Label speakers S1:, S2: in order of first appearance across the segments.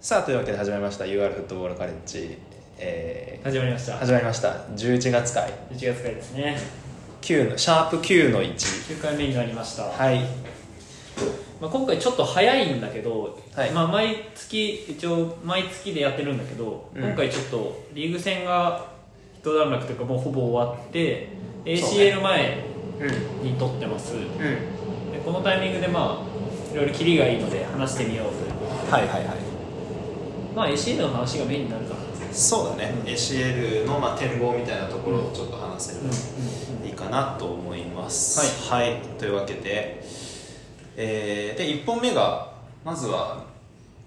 S1: さあというわけで始まりました UR フットボールカレッジ、え
S2: 始まりました
S1: ー、
S2: 1
S1: 始まりました11月回
S2: 月からですね
S1: 9のシャープ9の1
S2: 9回目になりました、
S1: はい
S2: まあ、今回ちょっと早いんだけど、
S1: はい
S2: まあ、毎月一応毎月でやってるんだけど、
S1: うん
S2: 今回ちょっとリーグ戦が一段落というかもうほぼ終わって
S1: そうね
S2: ACL 前
S1: うん
S2: に撮ってます、
S1: うん
S2: でこのタイミングでまあいろいろキリがいいので話してみようという
S1: はいはいはい
S2: まあ ACL の話がメインになるかなう
S1: そうだね、
S2: うん
S1: ACL のまあ展望みたいなところをちょっと話せる
S2: んうん
S1: といいかなと思います、はい、というわけで、えー、で1本目がまずは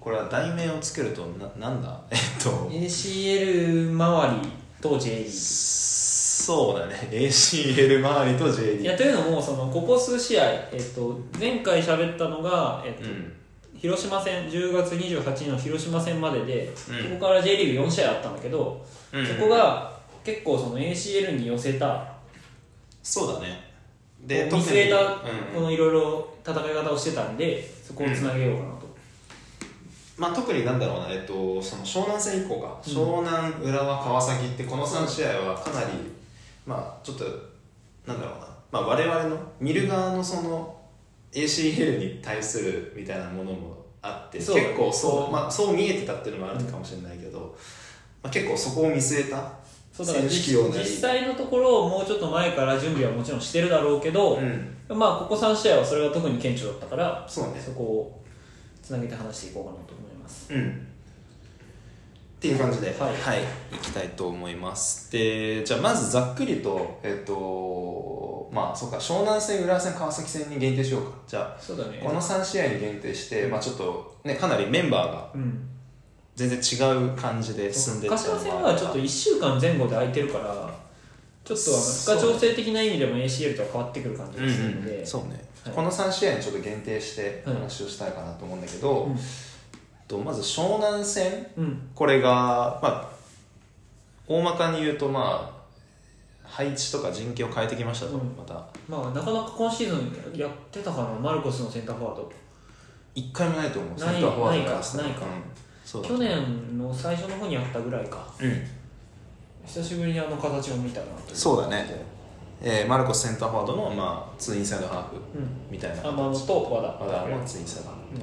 S1: これは題名をつけるとななんだえっと
S2: ACL 周りと J リー
S1: そうだね ACL 周りと J
S2: グい
S1: d
S2: やというのもそのここ数試合、えっと、前回喋ったのが、えっと
S1: うん
S2: 広島戦10月28日の広島戦までで、
S1: うん
S2: ここから J リーグ4試合あったんだけど、
S1: うん
S2: そこが結構その ACL に寄せた
S1: そうだね
S2: こう見据えた
S1: うん
S2: このいろいろ戦い方をしてたんでそこをつなげようかなと、
S1: まあ、特になんだろうな、えっと、その湘南戦以降が、
S2: うん
S1: 湘南、浦和、川崎ってこの3試合はかなり、まあ、ちょっとなんだろうな、まあ、我々の見る側のその ACL に対するみたいなものもあって
S2: そうだね
S1: 結構そう,、
S2: うん
S1: まあ、そう見えてたっていうのもあるかもしれないけど、まあ、結構そこを見据えた
S2: そうだか
S1: 選手
S2: ら
S1: 起
S2: 実
S1: 用なり
S2: 実際のところをもうちょっと前から準備はもちろんしてるだろうけど、
S1: うん、
S2: まあここ3試合はそれが特に顕著だったから
S1: そうね
S2: そこをつなげて話していこうかなと思います
S1: うんっていう感じで、は、
S2: はいい
S1: い、きたいと思います。で、じゃあまずざっくりと、えっ、と、まあ、そうか、湘南戦、浦和戦、川崎戦に限定しようか。じゃ
S2: そうだ
S1: あ、
S2: ね
S1: この3試合に限定して、まあちょっと、ね、かなりメンバーが
S2: うん
S1: 全然違う感じで進んで
S2: 鹿島戦はちょっと1週間前後で空いてるからちょっとあの負
S1: そう
S2: 荷調整的な意味でも ACL とは変わってくる感じ
S1: うん
S2: がするので、
S1: うん、そうね、
S2: はい
S1: この3試合にちょっと限定して
S2: はい
S1: 話をしたいかなと思うんだけど、
S2: うん
S1: とまず湘南戦
S2: うん
S1: これが、まあ、大まかに言うと、まあ、配置とか人権を変えてきましたと、
S2: うん
S1: また
S2: まあなかなか今シーズンやってたかなマルコスのセンターフォワード
S1: 一回もないと思う
S2: ない
S1: センターフォワード
S2: ないかないか
S1: うんそうだと思
S2: 去
S1: う
S2: 年の最初の方にあったぐらいか
S1: うん
S2: 久しぶりにあの形を見たなという
S1: そうだね、えーマルコスセンターフォワードの、まあ、ツーインサイドハーフ
S2: うん
S1: みたいな
S2: 天野と和田
S1: 和田のツーインサイドハー
S2: う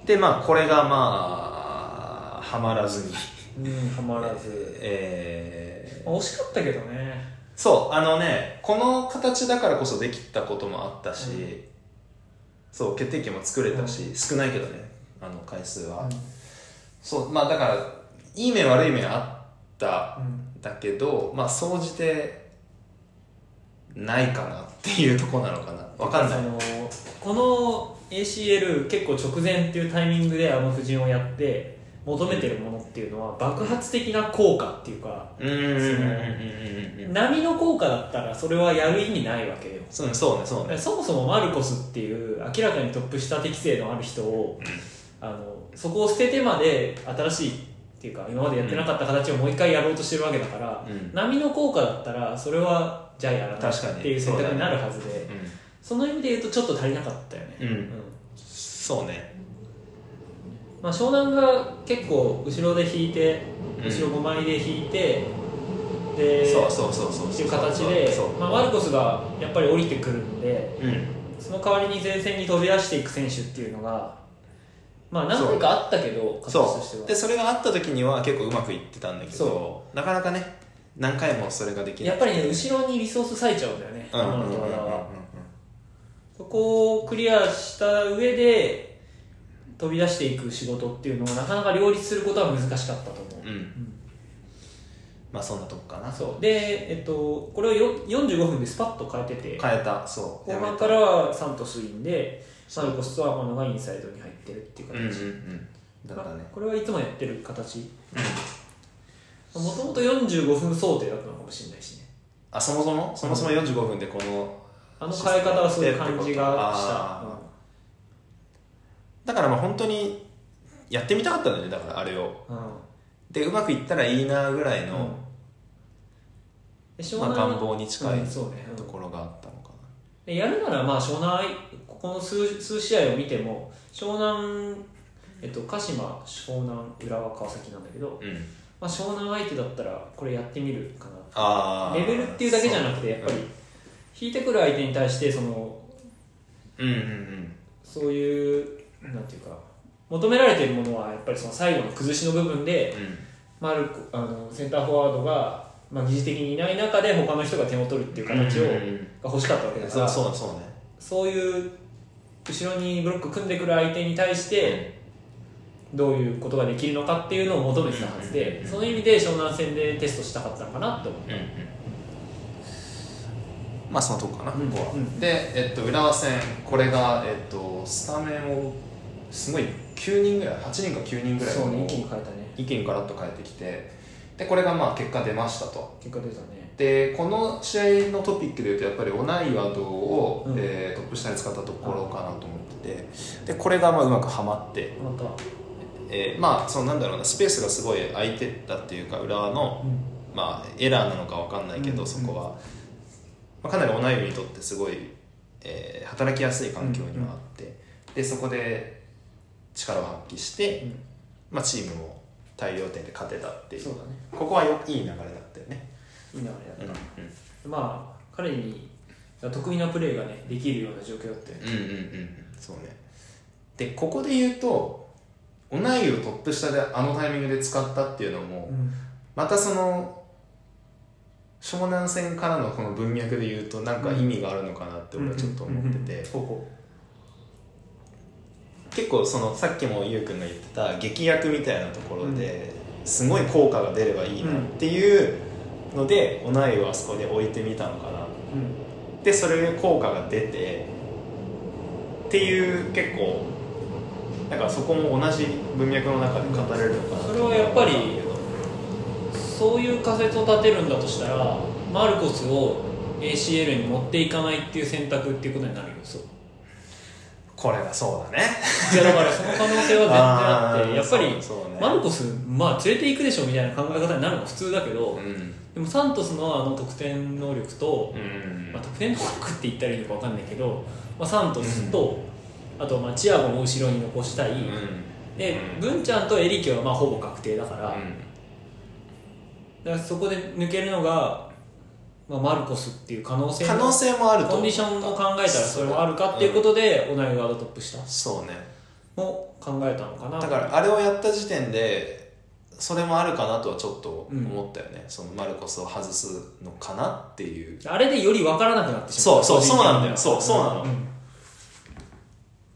S1: フでまあこれがまあはまらずに
S2: ん、うん、はまらず、
S1: え
S2: まあ、惜しかったけどね
S1: ーそうあのねこの形だからこそできたこともあったし、
S2: う
S1: そう決定機も作れたし、少ないけどねあの回数は、
S2: う
S1: そうまあだからいい面悪い面あった
S2: んうん
S1: だけどまあ総じてないかなっていうとこなのかなわかんない
S2: あのこの ACL 結構直前っていうタイミングであの布陣をやって求めてるものっていうのは爆発的な効果っていうか
S1: うんうんうんうんうんうん
S2: 波の効果だったらそれはやる意味ないわけよ
S1: そうそうねそうね
S2: そもそもマルコスっていう明らかにトップ下適性のある人をあのそこを捨ててまで新しいっていうか今までやってなかった形をもう一回やろうとしてるわけだから、
S1: うん
S2: 波の効果だったらそれはじゃあやらない
S1: 確かに
S2: っていう選択になるはずで、
S1: うん
S2: その意味で言うとちょっと足りなかったよね、
S1: うんそうね
S2: まあ、湘南が結構後ろで引いて
S1: うん
S2: 後ろ5枚で引いて、で
S1: そうそうそうそう
S2: っていう形で
S1: そう
S2: まあ、マルコスがやっぱり降りてくるんで
S1: うん
S2: その代わりに前線に飛び出していく選手っていうのが、まあ、何回かあったけど形と
S1: そう
S2: して
S1: で
S2: は
S1: それがあった時には結構うまくいってたんだけど
S2: そ
S1: なかなかね何回もそれができない
S2: やっぱりね後ろにリソース割いちゃうんだよね、
S1: うんうんうん
S2: 今
S1: うんう
S2: の
S1: んうん
S2: ところはそこをクリアした上で飛び出していく仕事っていうのをなかなか両立することは難しかったと思う、
S1: うん
S2: うん
S1: まあそんなとこかな
S2: あそうで、えっと、これをよ45分でスパッと変えてて
S1: 変えたそう
S2: 後半からはサントスインでマルコスとアマノがインサイドに入ってるっていう
S1: うんうんう
S2: 形、
S1: んだったね
S2: まあこれはいつもやってる形
S1: うん
S2: もともと45分想定だったのかもしれないしね
S1: あそもそもそもそも45分でこの
S2: あの変え方はそういう感じがした、
S1: あだからまあ本当にやってみたかったんだよねだからあれを
S2: うんうん
S1: でうまくいったらいいなぐらいの、
S2: で湘
S1: まあ、
S2: 南
S1: 願望に近い
S2: うんそうね、うん
S1: ところがあったのか
S2: でやるならまあ湘南ここの数数試合を見ても湘南えっと、鹿島湘南浦和川崎なんだけど、
S1: うん、
S2: まあ、湘南相手だったらこれやってみるか
S1: あ
S2: な
S1: あ
S2: レベルっていうだけじゃなくてやっぱり引いてくる相手に対してその
S1: うんうんうん
S2: そういうなんていうか求められてるものはやっぱりその最後の崩しの部分で、マルコあのセンターフォワードが、まあ、疑似的にいない中で他の人が点を取るっていう形を、
S1: うんうんうん
S2: が欲しかったわけ
S1: う
S2: だ
S1: ん
S2: か
S1: そうそう
S2: ら
S1: そうね
S2: そういう後ろにブロック組んでくる相手に対してどういうことができるのかっていうのを求めてたは
S1: うんうんうん
S2: ず
S1: う
S2: で
S1: ん
S2: その意味で湘南戦でテストしたかったのかなと思う
S1: うんうんまあそのとこかな、
S2: うん
S1: ここは、
S2: うん
S1: で、えっと、浦和戦これが、えっと、スタメンをすごい9人ぐらい8人か9人ぐらい
S2: そうね
S1: を
S2: 一気に変えたね
S1: 一気にガラッと変えてきてでこれがまあ結果出ましたと
S2: 結果出たね
S1: でこの試合のトピックでいうとやっぱりオナイワドを、
S2: うん
S1: えートップ下に使ったところかなと思っててでこれがまあうまくはまって、
S2: また
S1: えーまあそのなんだろうなスペースがすごい空いてたっていうか浦和の
S2: うん
S1: まあ、エラーなのか分かんないけど、
S2: うん
S1: そこは、まあ、かなりお悩みにとってすごい、えー働きやすい環境にはあって、でそこで力を発揮して、まあ、チームも大量点で勝てたっていう
S2: そうだね
S1: ここはよいい流れだったよね、
S2: いい流れだった、まあ彼に得意なプレーがねできるような状況だったよね
S1: うんうんうんそうねでここで言うとオナイをトップ下であのタイミングで使ったっていうのも、
S2: うん
S1: またその湘南戦からのこの文脈で言うとなんか意味があるのかなって俺はちょっと思ってて、
S2: うんこうこ
S1: 結構そのさっきもゆうくんが言ってた劇薬みたいなところですごい効果が出ればいいなっていうので、お苗をあそこに置いてみたのかな
S2: ううん
S1: でそれで効果が出てっていう結構なんかそこも同じ文脈の中で語れるのかな
S2: それはやっぱりそういう仮説を立てるんだとしたらマルコスを ACL に持っていかないっていう選択っていうことになるよそう
S1: これはそうだね
S2: いやだからその可能性は絶対あ
S1: あ
S2: っ
S1: ー
S2: てやっぱり
S1: そうそうね
S2: マルコスまあ連れていくでしょみたいな考え方になるのが普通だけど、
S1: ん
S2: でもサントスのあの得点能力と、
S1: うん
S2: まあ、得点能力って言ったらいいのか分かんないけど、まあ、サントスと、あとまあチアゴも後ろに残したい、で
S1: うん
S2: ブンちゃんとエリキはまあほぼ確定だから、だからそこで抜けるのが、まあ、マルコスっていう可能性
S1: 可能性もあると
S2: コンディションを考えたらそれはあるかっていうことで、オナイガードトップ下
S1: そうね
S2: も考えたのかな
S1: だからあれをやった時点でそれもあるかなとはちょっと思ったよね、そのマルコスを外すのかなっていう
S2: あれでより分からなくなってしま
S1: そうそう
S2: 個人的
S1: そ
S2: には
S1: うなんだよそうそうなの
S2: ん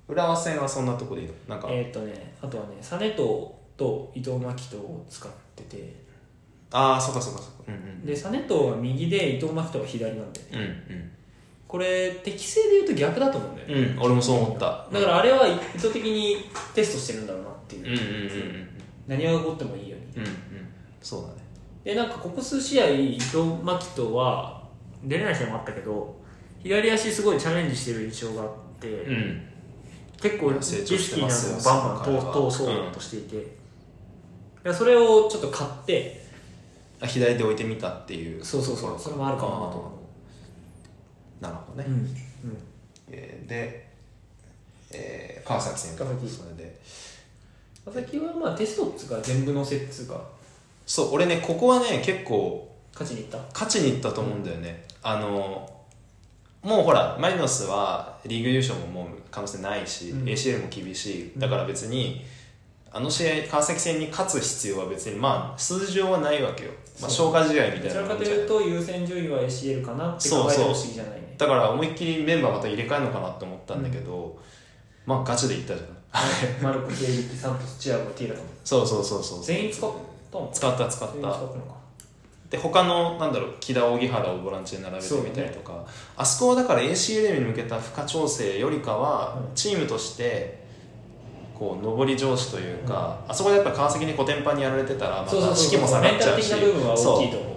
S1: 浦和戦はそんなとこでいいのなんか、
S2: えーっ、とねあとはね実ネと伊藤真希とを使ってて
S1: ああそうかそうかそうかうんうん
S2: で実ネは右で伊藤真希とは左なんで
S1: うん
S2: これ適正で言うと逆だと思うんだよね、
S1: うん、うん、俺もそう思った
S2: だからあれは意図的にテストしてるんだろうなっていう、
S1: うんうんうん
S2: 何が起こってもいいように
S1: うんうんそうだね
S2: でなんかここ数試合伊藤真希とは出れない試合もあったけど左足すごいチャレンジしてる印象があって、
S1: ん
S2: 結構
S1: い
S2: リ
S1: や成
S2: ス
S1: 長し
S2: キ
S1: て
S2: ーな
S1: ますよ
S2: のをバン
S1: その
S2: バン
S1: 彼
S2: 通
S1: は
S2: 通そうとしていて、でそれをちょっと買って
S1: あ左で置いてみたっていう
S2: そうそうそうそれもあるかなと
S1: あーなるほどね、
S2: うんうん
S1: えーで、えー、川崎戦
S2: 川崎
S1: それで
S2: 佐々木はまあテストっつうか全部のせっつうか
S1: そう俺ねここはね結構
S2: 勝ちにいった
S1: 勝ちに行ったと思うんだよね、あのもうほらマリノスはリーグ優勝ももう可能性ないし、
S2: うん
S1: ACL も厳しいだから別に、あの試合川崎戦に勝つ必要は別にまあ数字上はないわけよ、まあ、
S2: そ
S1: 消化試合みた
S2: ど
S1: い
S2: ち
S1: な
S2: ら
S1: も
S2: か
S1: ん
S2: と
S1: じゃん
S2: いうと優先順位は ACL かなって考えても不思議じゃないね
S1: だから思いっきりメンバーまた入れ替えるのかなと思ったんだけど、まあガチでいったじゃん
S2: マルコ・ケイリキ・サントス・チアゴ・ティーラと
S1: そうそうそうそう
S2: 全員使ったの
S1: 使った使っ
S2: 全員
S1: た
S2: 使ったのか
S1: で他のなんだろう木田荻原をボランチで並べてみたりとか、あそこはだから ACL に向けた負荷調整よりかは
S2: うん
S1: チームとしてこう上り調子というか、あそこでやっぱ川崎にコテンパンにやられてたらまた
S2: そうそう
S1: 士気も
S2: そう
S1: 下
S2: メ
S1: が
S2: ン
S1: っ
S2: タ
S1: ちゃう
S2: ル的
S1: し
S2: な部分は大きい
S1: そ
S2: と思う
S1: う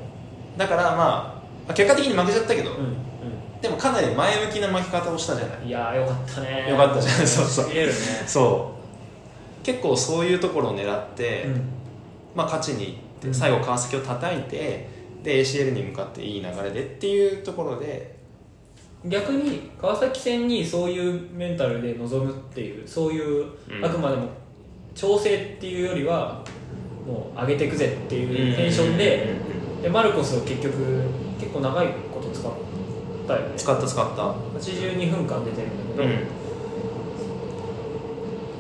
S1: だからまあ結果的に負けちゃったけど、
S2: う
S1: でもかなり前向きな負け方をしたじゃない
S2: んうんいやーよかったね
S1: よかったじゃんそうそう
S2: 見えるね
S1: そう結構そういうところを狙って、
S2: うん
S1: まあ、勝ちに行っ
S2: うん
S1: て最後川崎を叩いてで ACL に向かっていい流れでっていうところで
S2: 逆に川崎戦にそういうメンタルで臨むっていうそういう
S1: うん
S2: あくまでも調整っていうよりはもう上げていくぜっていうテンションで,、でマルコスを結局結構長いこと使ったよね
S1: 使った使っ
S2: 82分間出てるんだけ
S1: た
S2: ど、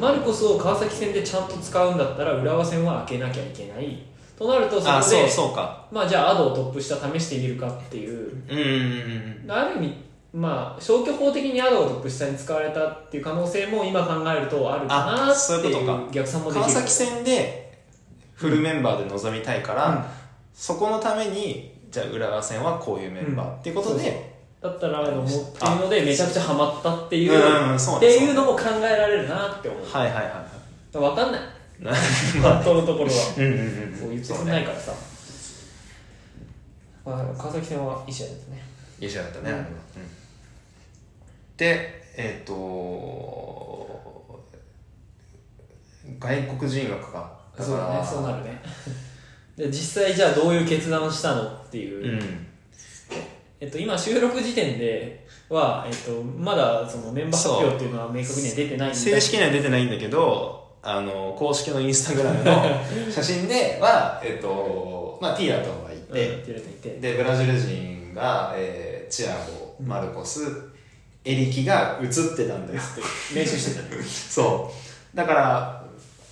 S2: マルコスを川崎戦でちゃんと使うんだったら浦和戦は開けなきゃいけないとなるとそ
S1: あ
S2: こ
S1: そう
S2: で
S1: そうか
S2: まあじゃあアドをトップ下試してみるかっていう
S1: うんうんうん
S2: ある意味まあ消去法的にアドをトップ下に使われたっていう可能性も今考えるとあるかな
S1: あ
S2: って
S1: そういうことか
S2: いう逆算
S1: う
S2: も
S1: ん
S2: できる
S1: 川崎戦でフルメンバーで臨みたいから、
S2: うん
S1: そこのためにじゃあ浦和戦はこういうメンバー、っていうこと
S2: そう
S1: で
S2: だったらあのもうっていうのでめちゃくちゃハマったっていう、
S1: うんうんそう
S2: っ
S1: ね
S2: ていうのも考えられるなって思
S1: はいはいはいは
S2: うわかんない
S1: いな
S2: 本当のところは
S1: うんうんうん
S2: そう言って
S1: そ
S2: く
S1: うん
S2: ない
S1: ね
S2: からさ、まあ、川崎戦はいい試合だったね
S1: いい試合だったね、
S2: うん
S1: あれはうんでえっ、と外国人枠かだか
S2: そうだ
S1: ら
S2: ねそうなるねで実際じゃあどういう決断をしたのってい
S1: う
S2: う、
S1: ん
S2: えっと、今収録時点では、えっと、まだそのメンバー発表っていうのは明確には出てないんだけど
S1: 正式には出てないんだけどあの公式のインスタグラム の写真では、えっとまあ、ティーラとがい
S2: うんって
S1: て、
S2: 言われていて
S1: でブラジル人が、えーチアゴマルコス、エリキが映ってたんだよ
S2: 練習してたね
S1: そうだから、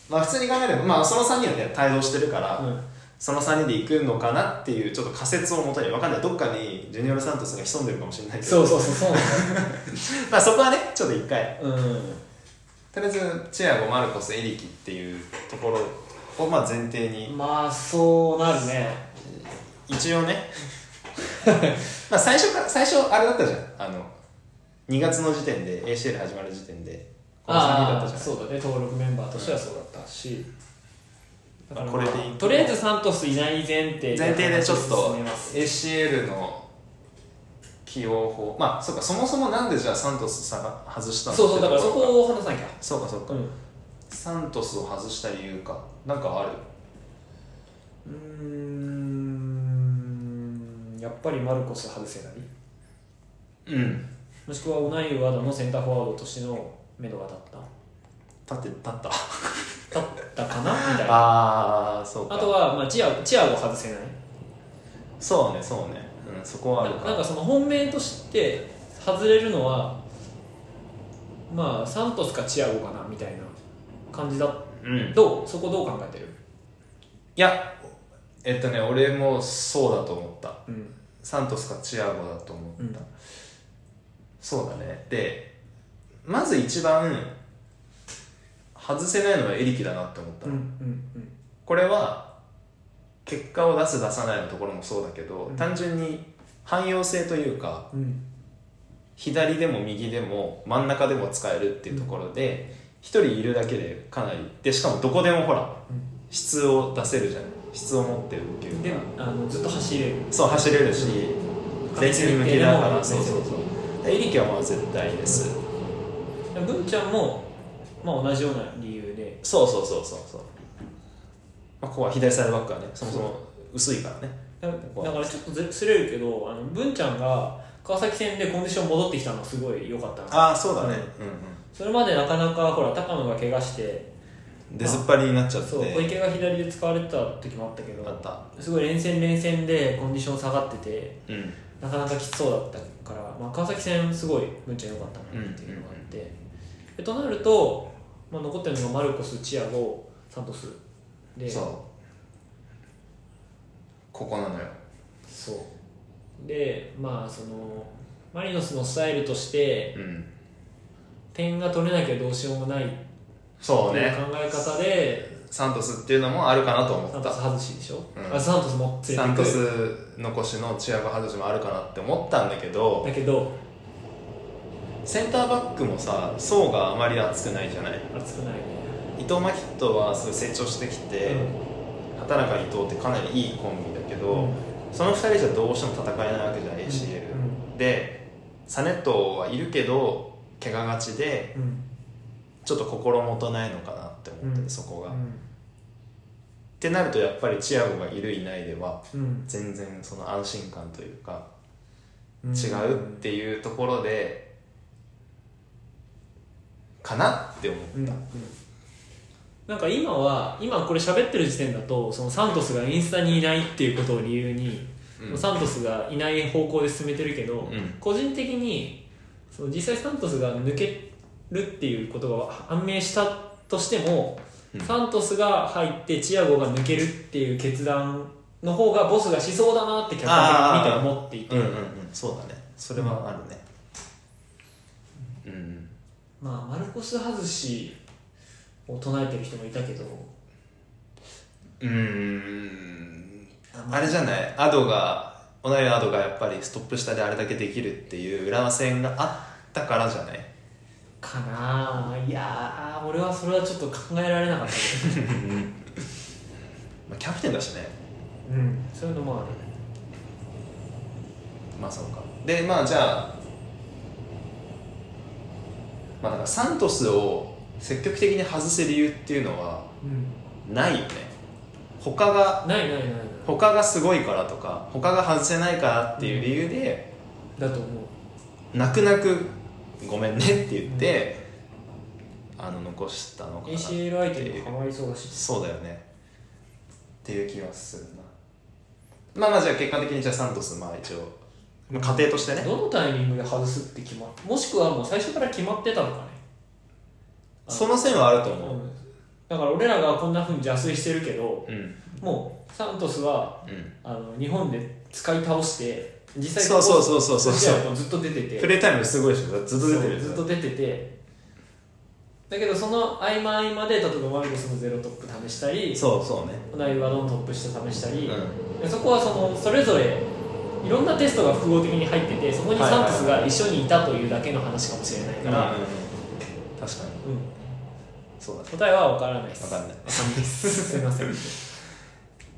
S1: まあ、普通に考えれば、まあ、その3人はね帯同してるから、
S2: うん
S1: その3人で行くのかなっていうちょっと仮説をもとに分かんないどっかにジュニオル・サントスが潜んでるかもしれないけど
S2: そうそうそうそうなん
S1: まあ、そこはねちょっと一回
S2: だようん
S1: とりあえずチアゴマルコスエリキっていうところをまあ前提に
S2: まあそうなるね
S1: 一応ね まあ最初から最初あれだったじゃんあの2月の時点で ACL 始まる時点でこの3人だ
S2: あ
S1: っ
S2: あ
S1: たじゃん
S2: そうだね登録メンバーとしてはそうだったし、
S1: うん
S2: だから
S1: これでいい
S2: とりあえずサントスいない前提
S1: 前提でちょっと
S2: 進めます、
S1: ACL の起用法まあそうかそもそもなんでじゃあサントスさが外したの
S2: そうそうだから
S1: って
S2: そ
S1: とろ
S2: こを話さなきゃ
S1: そうかそうか、
S2: うん
S1: サントスを外した理由かなんかある
S2: うーんやっぱりマルコス外せない
S1: うん
S2: もしくはオナイウ・アダのセンターフォワードとしての目処が立っ
S1: 立って立った
S2: た立ったかな みたいな
S1: ああそうか
S2: あとは、まあ、チアチアゴ外せない
S1: そうねそうね、うん、そこはあ
S2: な
S1: るか
S2: なんかその本命として外れるのはまあサントスかチアゴかなみたいな感じだ
S1: うん
S2: どうそこどう考えてる
S1: いやえっとね俺もそうだと思った
S2: うん
S1: サントスかチアゴだと思った、
S2: うん
S1: そうだねでまず一番外せないのはエリキだなって思った
S2: うん
S1: の、
S2: うん
S1: これは結果を出す出さないのところもそうだけど、
S2: うん
S1: 単純に汎用性というか
S2: うんうん
S1: 左でも右でも真ん中でも使えるっていうところで一、人いるだけでかなりでしかもどこでもほら質を出せるじゃない質を持ってるっていうか
S2: であのずっと走れる
S1: そう走れるし
S2: 確
S1: 練
S2: 実
S1: 習
S2: に
S1: 向けだから
S2: 手
S1: そ
S2: で
S1: う
S2: も
S1: そうそうエリキはまあ絶対です、
S2: 文ちゃんも、まあ、同じような理由で
S1: そうそうそうそうそう、まあ、ここは左サイドバックはねそもそも薄いからね
S2: だだからちょっとずすれるけどあの文ちゃんが川崎戦でコンディション戻ってきたのはすごい良かったな
S1: ああそうだね、
S2: それまでなかなかほら高野が怪我して
S1: うん、出ずっぱりになっちゃって
S2: そう小池が左で使われてた時もあったけ
S1: あっ
S2: ど
S1: た
S2: すごい連戦連戦でコンディション下がってて
S1: うん
S2: なかなかきつそうだったから、まあ、川崎戦すごい文ちゃん良かったなっていうのがあって、でとなると、まあ、残ってるのがマルコスチアゴサントスで
S1: そうここなのよ
S2: そうでまあそのマリノスのスタイルとして
S1: うん
S2: 点が取れなきゃどうしようもないっていう
S1: そ
S2: 考
S1: う
S2: え
S1: ね
S2: 方で、
S1: サントスっていうのもあるかなと思
S2: サ
S1: っ
S2: ント
S1: た
S2: ス外しでしょ、
S1: うん
S2: あサントスも連
S1: サ
S2: れて
S1: ン
S2: く
S1: ト
S2: る
S1: ス残しのチアゴ外しもあるかなって思ったんだけど
S2: だけど
S1: センターバックもさ層があまり厚くないじゃない
S2: 熱くないね、
S1: 伊藤真希とはすごい成長してきて、畑中伊藤ってかなりいいコンビだけど、
S2: うん
S1: その2人じゃどうしても戦えないわけじゃん ACL、
S2: う
S1: でサネットはいるけど怪我がちで
S2: うんうん
S1: ちょっと心もとないのかなって思って、
S2: うん
S1: そこが、
S2: う
S1: っ
S2: ん
S1: てなるとやっぱりチアゴがいるいないでは
S2: うん
S1: 全然その安心感というか
S2: うん
S1: 違うっていうところで、かなって思った、
S2: うんうんなんか今は今これ喋ってる時点だとそのサントスがインスタにいないっていうことを理由に、
S1: うん
S2: サントスがいない方向で進めてるけど、
S1: うん
S2: 個人的にその実際サントスが抜けるっていうことが判明したとしても、
S1: うん
S2: サントスが入ってチアゴが抜けるっていう決断の方がボスがしそうだなって客観的に見て思っていて、
S1: うんうんうんそうだねそれはあるねうん、
S2: まあマルコス外しを唱えてる人もいたけど
S1: うーん
S2: あ
S1: あれじゃないアドが同じアドがやっぱりストップ下であれだけできるっていう裏線があったからじゃない
S2: かなあいやー俺はそれはちょっと考えられなかったけ
S1: まあキャプテンだしね
S2: ど、うん、そういうのもある
S1: まあそうかでまあじゃあまあだからサントスを積極的に外す理由っていうのは
S2: うん
S1: ないよね他が
S2: ないないないない
S1: 他がすごいからとか他が外せないからっていう理由で、
S2: だと思う
S1: 泣く泣く「ごめんね」って言って、あの残したのかな
S2: ACL 相手にもかわいそうだし
S1: そうだよねっていう気はするなまあまあじゃあ結果的にじゃあサントスまあ一応、まあ、家庭としてね
S2: どのタイミングで外すって決まっもしくはもう最初から決まってたのかねあ
S1: その線はあると
S2: う
S1: 思う、
S2: んだから俺らがこんなふうに邪推してるけど
S1: うん
S2: もうサントスは
S1: うん
S2: あの日本で使い倒して実際
S1: そうそうそうそうそう
S2: 試合もずっと出てて
S1: プレータイムすごいでしょずっと出てる
S2: そうずっと出ててだけどその合間合間で例えばマルコスのゼロトップ試したり
S1: そうそうね
S2: オナイルワドのトップ下試したり、
S1: う
S2: でそこはそのそれぞれいろんなテストが複合的に入っててそこにサントスが一緒にいたというだけの話かもしれない
S1: んだ
S2: か、
S1: からら、うん確かに
S2: うん
S1: そうだね
S2: 答えは分からないです
S1: 分かんない
S2: わかんないです すいません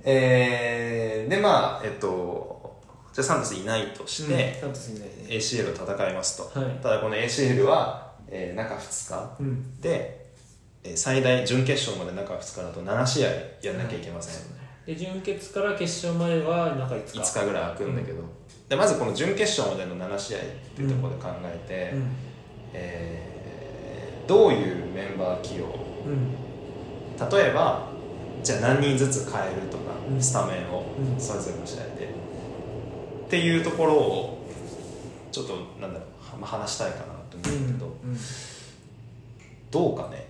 S1: えー、でまあえっとじゃあサントスいないとして、
S2: サントスいないね
S1: ACL を戦いますと、
S2: はい
S1: ただこの ACL は、えー中2日
S2: うん
S1: で、えー最大準決勝まで中2日だと7試合やんなきゃいけません、
S2: で準決から決勝までは中5日
S1: 5日ぐらい空くんだけど、でまずこの準決勝までの7試合っていうところで考えて、
S2: うん
S1: えーどういうメンバー起用
S2: うん
S1: 例えばじゃあ何人ずつ変えるとか、
S2: うん
S1: スタメンを
S2: うん
S1: それぞれの試合で、っていうところをちょっとなんだろうはまあ話したいかなと思
S2: う
S1: うんだけ
S2: ん
S1: ど、
S2: うん
S1: どうかね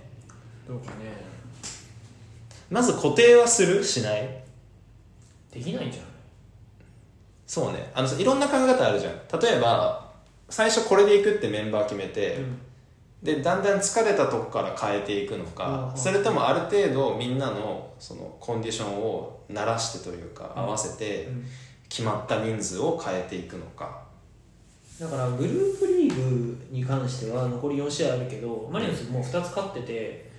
S2: どうかね
S1: まず固定はするしない
S2: できないんじゃない
S1: そうねあのさいろんな考え方あるじゃん例えば最初これでいくってメンバー決めて、
S2: うん
S1: でだんだん疲れたとこから変えていくのか、
S2: うん
S1: それともある程度みんなのそのコンディションを慣らしてというか、
S2: うん
S1: 合わせて、
S2: うん
S1: 決まった人数を変えていくのか
S2: だからグループリーグに関しては残り4試合あるけどマリノスもう2つ勝ってて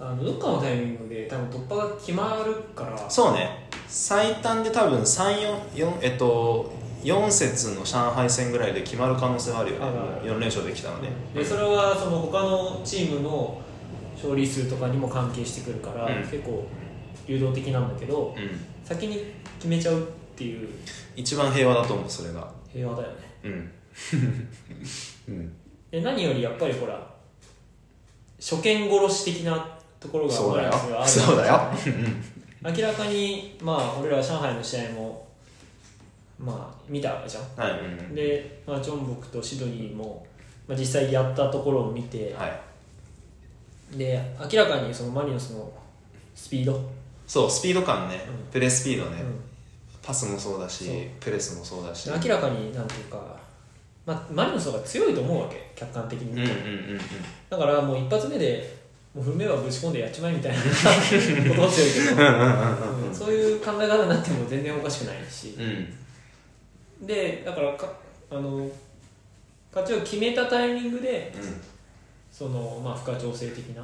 S1: うん
S2: あのどっかのタイミングで多分突破が決まるから
S1: そうね最短で多分344えっと4節の上海戦ぐらいで決まる可能性はあるよね
S2: あるある
S1: 4連勝できたので
S2: でそれはその他のチームの勝利数とかにも関係してくるから、
S1: うん
S2: 結構流動的なんだけど
S1: うん
S2: 先に決めちゃうっていう
S1: 一番平和だと思うそれが
S2: 平和だよね
S1: うんうん
S2: で何よりやっぱりほら初見殺し的なところが
S1: そうだよ
S2: マリノスがあ
S1: そう
S2: る
S1: だよ
S2: 明らかにまあ俺ら上海の試合もまあ見たわけじゃん
S1: はいうん
S2: で、まあ、チョンボクとシドニーも、まあ、実際やったところを見て、
S1: はい
S2: で明らかにそのマリノスのスピード、
S1: そうスピード感ね
S2: うん
S1: プレースピードね
S2: うん
S1: パスもそうだ
S2: そう
S1: しプレスもそうだし
S2: 明らかになんていうか、まあ、マリノスの方が強いと思うわけ客観的に、
S1: うんうんうんうん
S2: だからもう一発目でもう踏めばぶち込んでやっちまえみたいな ことをってるけど、うんそういう考え方になっても全然おかしくないし、
S1: うん
S2: でだからかあの課長を決めたタイミングで
S1: うん
S2: そのまあ負荷調整的な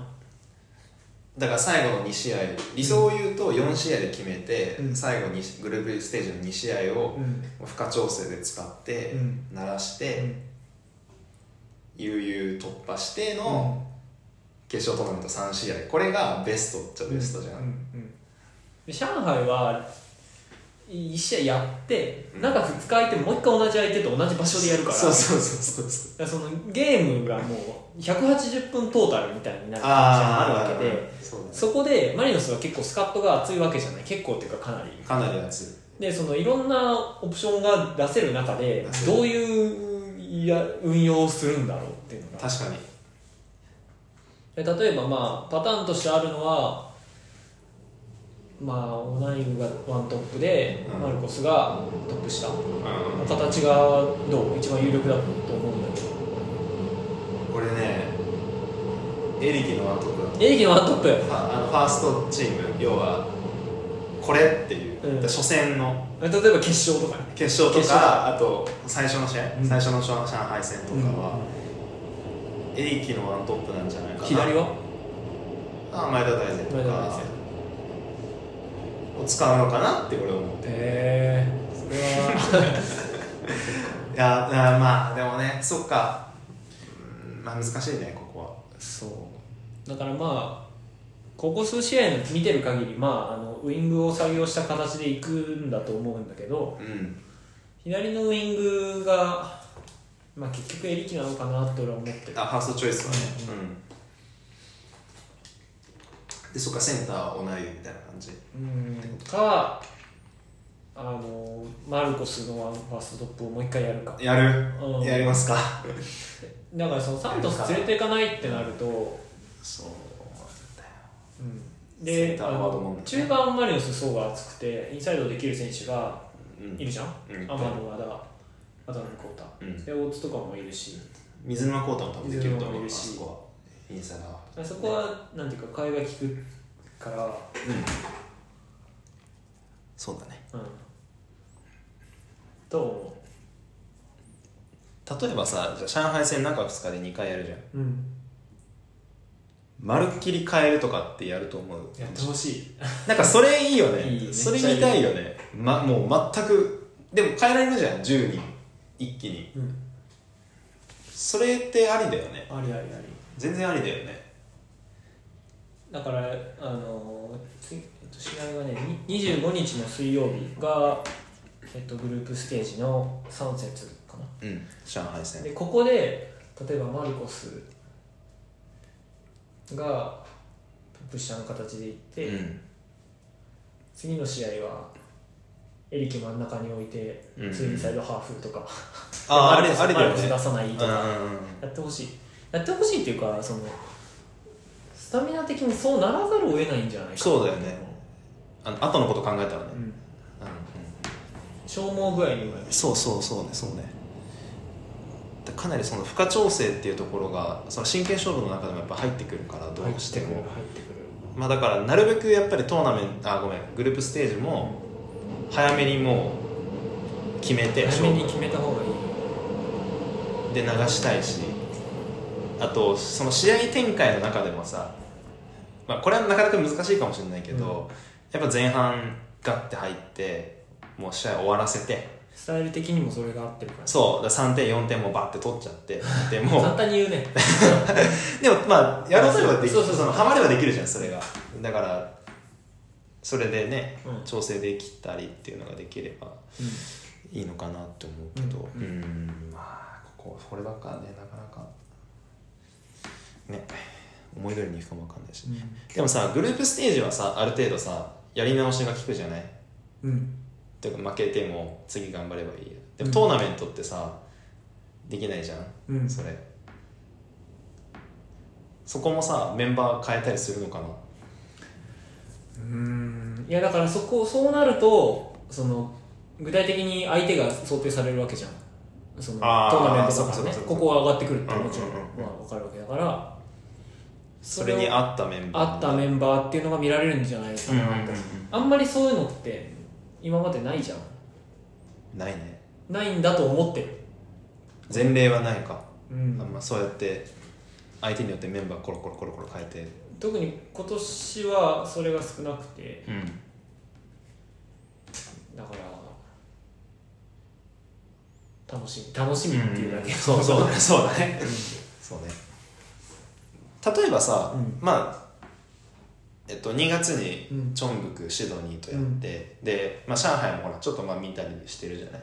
S1: だから最後の2試合理想を言うと4試合で決めて、
S2: うん
S1: 最後にグループステージの2試合を
S2: ん
S1: 負荷調整で使って、
S2: うん
S1: 鳴らして、悠々突破しての決勝トーナメント3試合これがベストっちゃベストじゃん、
S2: うんうんで上海は1試合やって
S1: うん
S2: 中2日空いてもう1回同じ相手と同じ場所でやるから
S1: そうそうそうそうそう
S2: だからそのゲームがもう180分トータルみたいになる
S1: あ
S2: あ
S1: あ
S2: るわけで
S1: そうだね
S2: そこでマリノスは結構スカットが厚いわけじゃない結構っていうかかなり
S1: かなり熱い
S2: でそのいろんなオプションが出せる中で
S1: 出せる
S2: どういういや運用をするんだろうっていうのが
S1: 確かに
S2: で例えばまあパターンとしてあるのはまあオナイウがワントップで
S1: うん
S2: マルコスがトップ下
S1: う
S2: 形がどう一番有力だと思うんだけど
S1: んこれねエリキのワントップだ
S2: エリキのワントップ
S1: ファあのファーストチーム要はこれっていう、
S2: うん
S1: 初戦の
S2: 例えば決勝とかね
S1: 決勝と
S2: 決
S1: かあと最初の試合、
S2: うん
S1: 最初の上海戦とか
S2: う
S1: は、
S2: ん
S1: エリキのワントップなんじゃないかな
S2: 左は
S1: あ前田大然と
S2: 前田大
S1: かを使うのかなって俺は思う
S2: へえそれは
S1: いやあまあでもねそっか、うんまあ難しいねここは
S2: そうだからまあここ数試合の見てる限りまああのウイングを採用した形でいくんだと思うんだけど
S1: うん
S2: 左のウイングが、まあ、結局エリキなのかなと俺は思ってる
S1: あファーストチョイスはねうんでそっかセンターは同じみたいな感じ
S2: うんかあのマルコスのワンファーストトップをもう一回やるか
S1: やる、
S2: うん
S1: やりますか
S2: だからそのサントス連れていかないってなると、
S1: そうなんだよ
S2: うん、
S1: セ
S2: で
S1: ンタ
S2: あ
S1: ーフォワードも
S2: の
S1: ね
S2: 中盤マリノス層が厚くてインサイドできる選手が
S1: うん
S2: いるじゃん、
S1: うん
S2: アマド和田アダムコータ、
S1: うん
S2: で大津とかもいるし
S1: 水沼コータも多分できると思う
S2: 水沼もい
S1: あそこは
S2: るし
S1: インサイダーは
S2: そこはなんていうか替えが利くから、
S1: そうだね
S2: うん、と思
S1: 例えばさじゃあ上海戦中2日で2回やるじゃん
S2: う、うん、
S1: まるっきり変えるとかってやると思う
S2: やってほしい
S1: なんかそれいいよね
S2: いいね
S1: それ見たいよね、ま、もう全くでも変えられるじゃん10人一気に
S2: うん
S1: それってありだよね
S2: ありありあり
S1: 全然ありだよね
S2: だからあのつえっと試合はねに25日の水曜日が、えっと、グループステージの3節かな
S1: うん上海戦
S2: でここで例えばマルコスがプッシャーの形でいって、
S1: うん
S2: 次の試合はエリキ真ん中に置いて、
S1: うん
S2: ツーインサイドハーフとか
S1: ああ
S2: マ
S1: り
S2: ルコス
S1: ありだよ
S2: マルコス
S1: ね
S2: 出さないとか、
S1: うんうんうん
S2: やってほしいやってほしいっていうかそのスタミナ的にそうならざるを得ないんじゃないか
S1: そうだよねあの後のこと考えたらね、
S2: うん
S1: うん
S2: 消耗具合にもよる
S1: そうそうそうねそうねだかなりその負荷調整っていうところがその真剣勝負の中でもやっぱ入ってくるからどうしても、
S2: 入ってくる
S1: まあ、だからなるべくやっぱりトーナメントあごめんグループステージも早めにもう決めて
S2: 早
S1: 勝負
S2: めに決めた方がいい
S1: で流したいしあとその試合展開の中でもさ、まあ、これはなかなか難しいかもしれないけど、やっぱ前半ガッて入ってもう試合終わらせて
S2: スタイル的にもそれが合ってるから
S1: そうだ3点4点もバッて取っちゃってで もう
S2: 簡単に言う ね
S1: でもまあやらせればできそ
S2: そ
S1: う
S2: そうそう
S1: のハマればできるじゃんそれがだからそれでね、
S2: うん
S1: 調整できたりっていうのができればいいのかなって思うけどう
S2: うんん
S1: まあこここればっかねなかなかね思い通りにいくかもわかんないし、でもさグループステージはさある程度さやり直しが効くじゃない
S2: うん、うん
S1: ていうか負けても次頑張ればいいやで
S2: う
S1: も
S2: ん
S1: トーナメントってさ、できないじゃん
S2: うん
S1: それそこもさメンバー変えたりするのかな
S2: うーんいやだからそこそうなるとその具体的に相手が想定されるわけじゃんそのト
S1: あー
S2: ーナメント
S1: そ
S2: と
S1: っかそ
S2: か
S1: っかそっ
S2: ね
S1: か
S2: ここは上がってくるって
S1: うんうんうん
S2: もちろん、まあ、分かるわけだから
S1: それに
S2: 合
S1: 合ったメンバー
S2: 合ったメンバーっていうのが見られるんじゃないか
S1: うんうんうん
S2: なと、あんまりそういうのって今までないじゃん
S1: うんないね
S2: ないんだと思ってる、
S1: 前例はないか、
S2: う
S1: あん
S2: ん、
S1: まそうやって相手によってメンバーコロコロコロコロ変えて
S2: 特に今年はそれが少なくて
S1: うん
S2: だから楽しみ楽しみっていうだけ、
S1: そうそうだねそうだねそうね例えばさ、
S2: うん
S1: まあえっとと、2月に
S2: うん
S1: チョンブクシドニーとやって、で、まあ、上海もほらちょっとまあ見たりしてるじゃない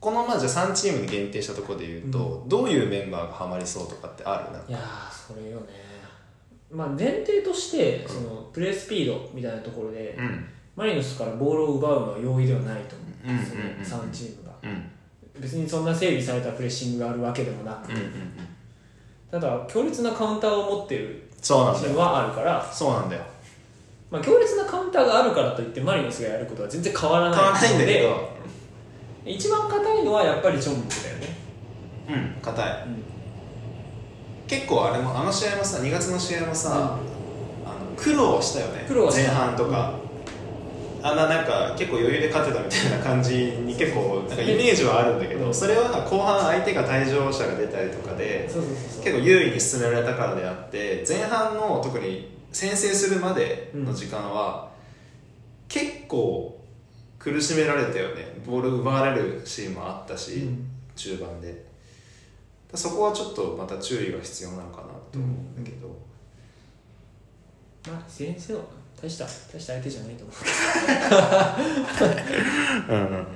S1: このまあじゃあ3チームに限定したところで言うと、どういうメンバーがハマりそうとかってあるなんか
S2: いやーそれよねまあ前提としてそのプレースピードみたいなところで、
S1: うん
S2: マリノスからボールを奪うのは容易ではないと思
S1: う
S2: う,、
S1: んうんうん
S2: その3チームが
S1: うん
S2: 別にそんな整備されたプレッシングがあるわけでもなく、
S1: うんうんうん
S2: ただ強烈なカウンターを持ってる
S1: そうなん
S2: チ
S1: だ
S2: ーム
S1: よ
S2: はあるから、
S1: そうなんだよ
S2: まあ、強烈なカウンターがあるからといってマリノスがやることは全然変わら
S1: 変わら
S2: な
S1: ないん
S2: いの
S1: だけ
S2: で
S1: ど
S2: 一番硬いのはやっぱりチョンブクだよね、
S1: うん硬い
S2: うん
S1: 結構あれもあの試合もさ2月の試合もさ、あの苦労したよね
S2: 苦労はし
S1: 前
S2: た
S1: 半とか、あんななんか結構余裕で勝てたみたいな感じに結構なんかイメージはあるんだけど、
S2: うん
S1: それは後半相手が退場者が出たりとかで
S2: そうそうそうそう
S1: 結構優位に進められたからであって前半の特に先制するまでの時間は、結構苦しめられたよねボール奪われるシーンもあったし、
S2: うん
S1: 中盤でそこはちょっとまた注意が必要なのかなと思うんだけど、
S2: まあ先生は大した大した相手じゃないと思う
S1: うんうんうん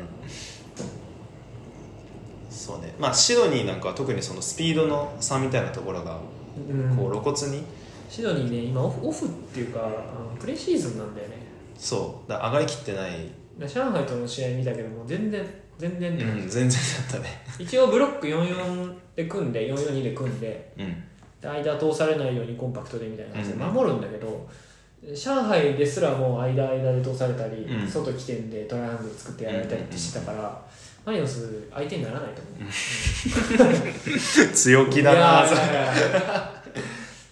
S1: そうねまあシドニーなんかは特にそのスピードの差みたいなところが
S2: けど、うん
S1: こう露骨に、
S2: シドニーね今オフオフっていうかあのプレシーズンなんだよね
S1: そうだから上がりきってない、
S2: だから上海との試合見たけども全然全然、
S1: うん、全然だったね
S2: 一応ブロック44で組んで442で組んで
S1: うん
S2: で間通されないようにコンパクトでみたいな感じで
S1: うん
S2: 守るんだけど、上海ですらもう間間で通されたり、
S1: うん
S2: 外起点でトライアングル作ってやられたりってしてたから、マリノス相手にならないと思う、
S1: 強気だ
S2: い
S1: な
S2: やいやいや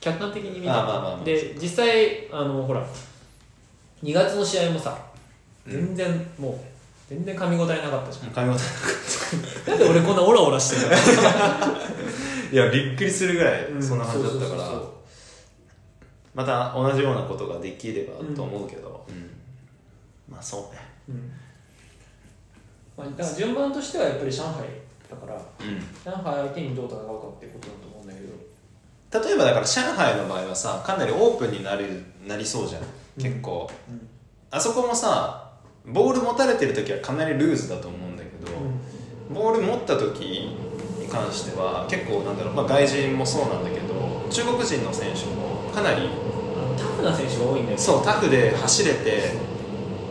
S2: 客観的に見た
S1: あまあまあまあ
S2: で実際あのほら2月の試合もさ全然、もう全然噛み応えなかったじゃん
S1: 髪型
S2: なんで俺こんなオラオラして
S1: い
S2: るの
S1: やびっくりするぐらい
S2: うん
S1: そんな感じだったから、
S2: そうそうそうそう
S1: また同じようなことができればと思うけど、うんまあそうね
S2: うんまあ、だから順番としてはやっぱり上海だから
S1: うん
S2: 上海相手にどう戦うかっていうことだと思うんだけど
S1: 例えばだから上海の場合はさかなりオープンになるなりそうじゃん結構、
S2: うん
S1: あそこもさボール持たれてる時はかなりルーズだと思うんだけど、ボール持った時に関しては結構なんだろう、まあ、外人もそうなんだけど中国人の選手もかなり
S2: あのタフな選手が多いんだよね
S1: そうタフで走れて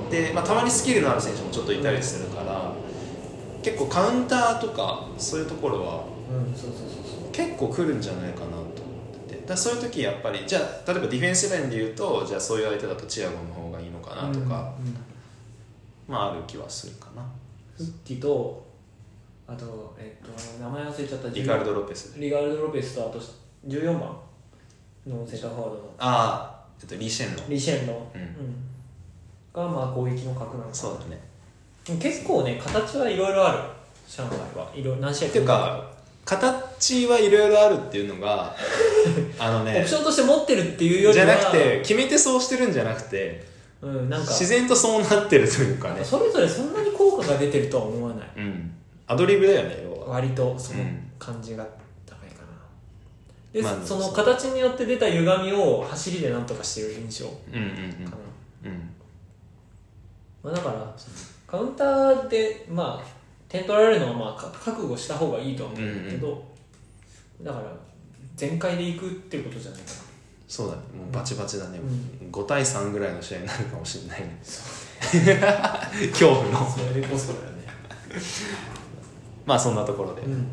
S1: で、まあ、たまにスキルのある選手もちょっといたりするから結構カウンターとかそういうところは
S2: うんそうそうそうそう
S1: 結構来るんじゃないかなと思っててだからそういう時やっぱりじゃあ例えばディフェンス面で言うとじゃあそういう相手だとチアゴの方がいいのかなとか、、
S2: うんうん
S1: まあある気はするかな
S2: フッティとあと、えっと、名前忘れちゃった
S1: リカルド・ロペス
S2: リガルド・ロペスとあと14番のセンターフォワードの
S1: ああえっとリシェンロン
S2: リシェンの、
S1: うん
S2: がまあ攻撃の核なのか
S1: そうだね
S2: な結構ね形はいろいろある上海はいろいろ何試合
S1: っていうか形はいろいろあるっていうの があの
S2: オプ
S1: ね
S2: ションとして持ってるっていうより
S1: じゃ
S2: は
S1: なくて決めてそうしてるんじゃなくて
S2: うん、なんか
S1: 自然とそうなってるというかね
S2: それぞれそんなに効果が出てるとは思わない
S1: うんアドリブだよね要は
S2: 割とその
S1: うん
S2: 感じが高いかな、で、
S1: まあ
S2: その
S1: そう
S2: 形によって出た歪みを走りでなんとかしてる印象か
S1: うんうん
S2: な、
S1: うんうん
S2: まあ、だからカウンターでまあ点取られるのはまあか覚悟した方がいいとは思うけど、だから全開でいくっていうことじゃないかな
S1: そうだねもうバチバチだね、
S2: う
S1: 5対3ぐらいの試合になるかもしれないね恐怖の
S2: それでこそだよね
S1: まあそんなところで、
S2: うん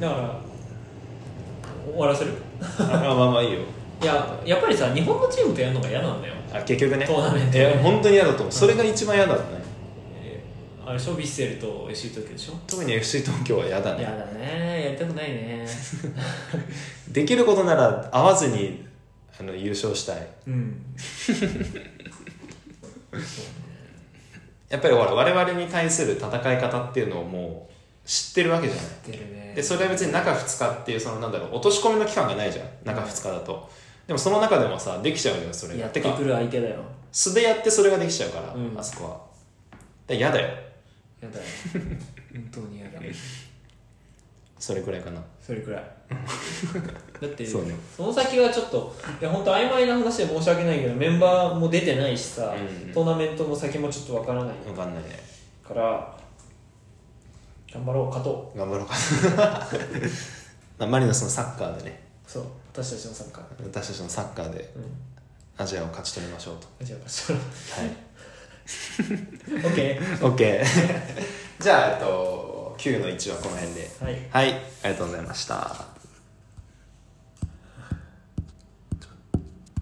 S2: だから終わらせる
S1: あまあまあいいよ
S2: いややっぱりさ日本のチームとやるのが嫌なんだよ
S1: あ結局ね
S2: トーナメント
S1: いや本当に嫌だと思うそれが一番嫌だったね
S2: えーあれでしょヴィッセルと FC 東京でしょ
S1: 特に FC 東京は嫌だ
S2: いや
S1: ね
S2: だねやりたくないね
S1: できることなら会わずにあの優勝したい
S2: うん
S1: やっぱりほら我々に対する戦い方っていうのをもう知ってるわけじゃない
S2: 出るね
S1: でそれは別に中2日っていうそのなんだろう落とし込みの期間がないじゃん中2日だとでもその中でもさできちゃうじゃんそれが
S2: やって
S1: てか
S2: くる相手だよ
S1: 素でやってそれができちゃうから、
S2: うん
S1: あそこは だから嫌だよ
S2: やだよ本当にやだ
S1: それくらいかな
S2: それくらい だって
S1: そうね
S2: その先はちょっといや本当曖昧な話で申し訳ないけどメンバーも出てないしさ、
S1: うんうん
S2: トーナメントの先もちょっとわからない
S1: 分かんないね
S2: から頑張ろう勝と
S1: 頑張ろうか まあマリノスのサッカーでね
S2: うそう私たちのサッカー
S1: 私たちのサッカーで
S2: うん
S1: アジアを勝ち取りましょうと
S2: じゃあ勝ち
S1: はい
S2: 取ろう OK
S1: OK じゃあ、えっと、9の1はこの辺で
S2: はい
S1: はいありがとうございました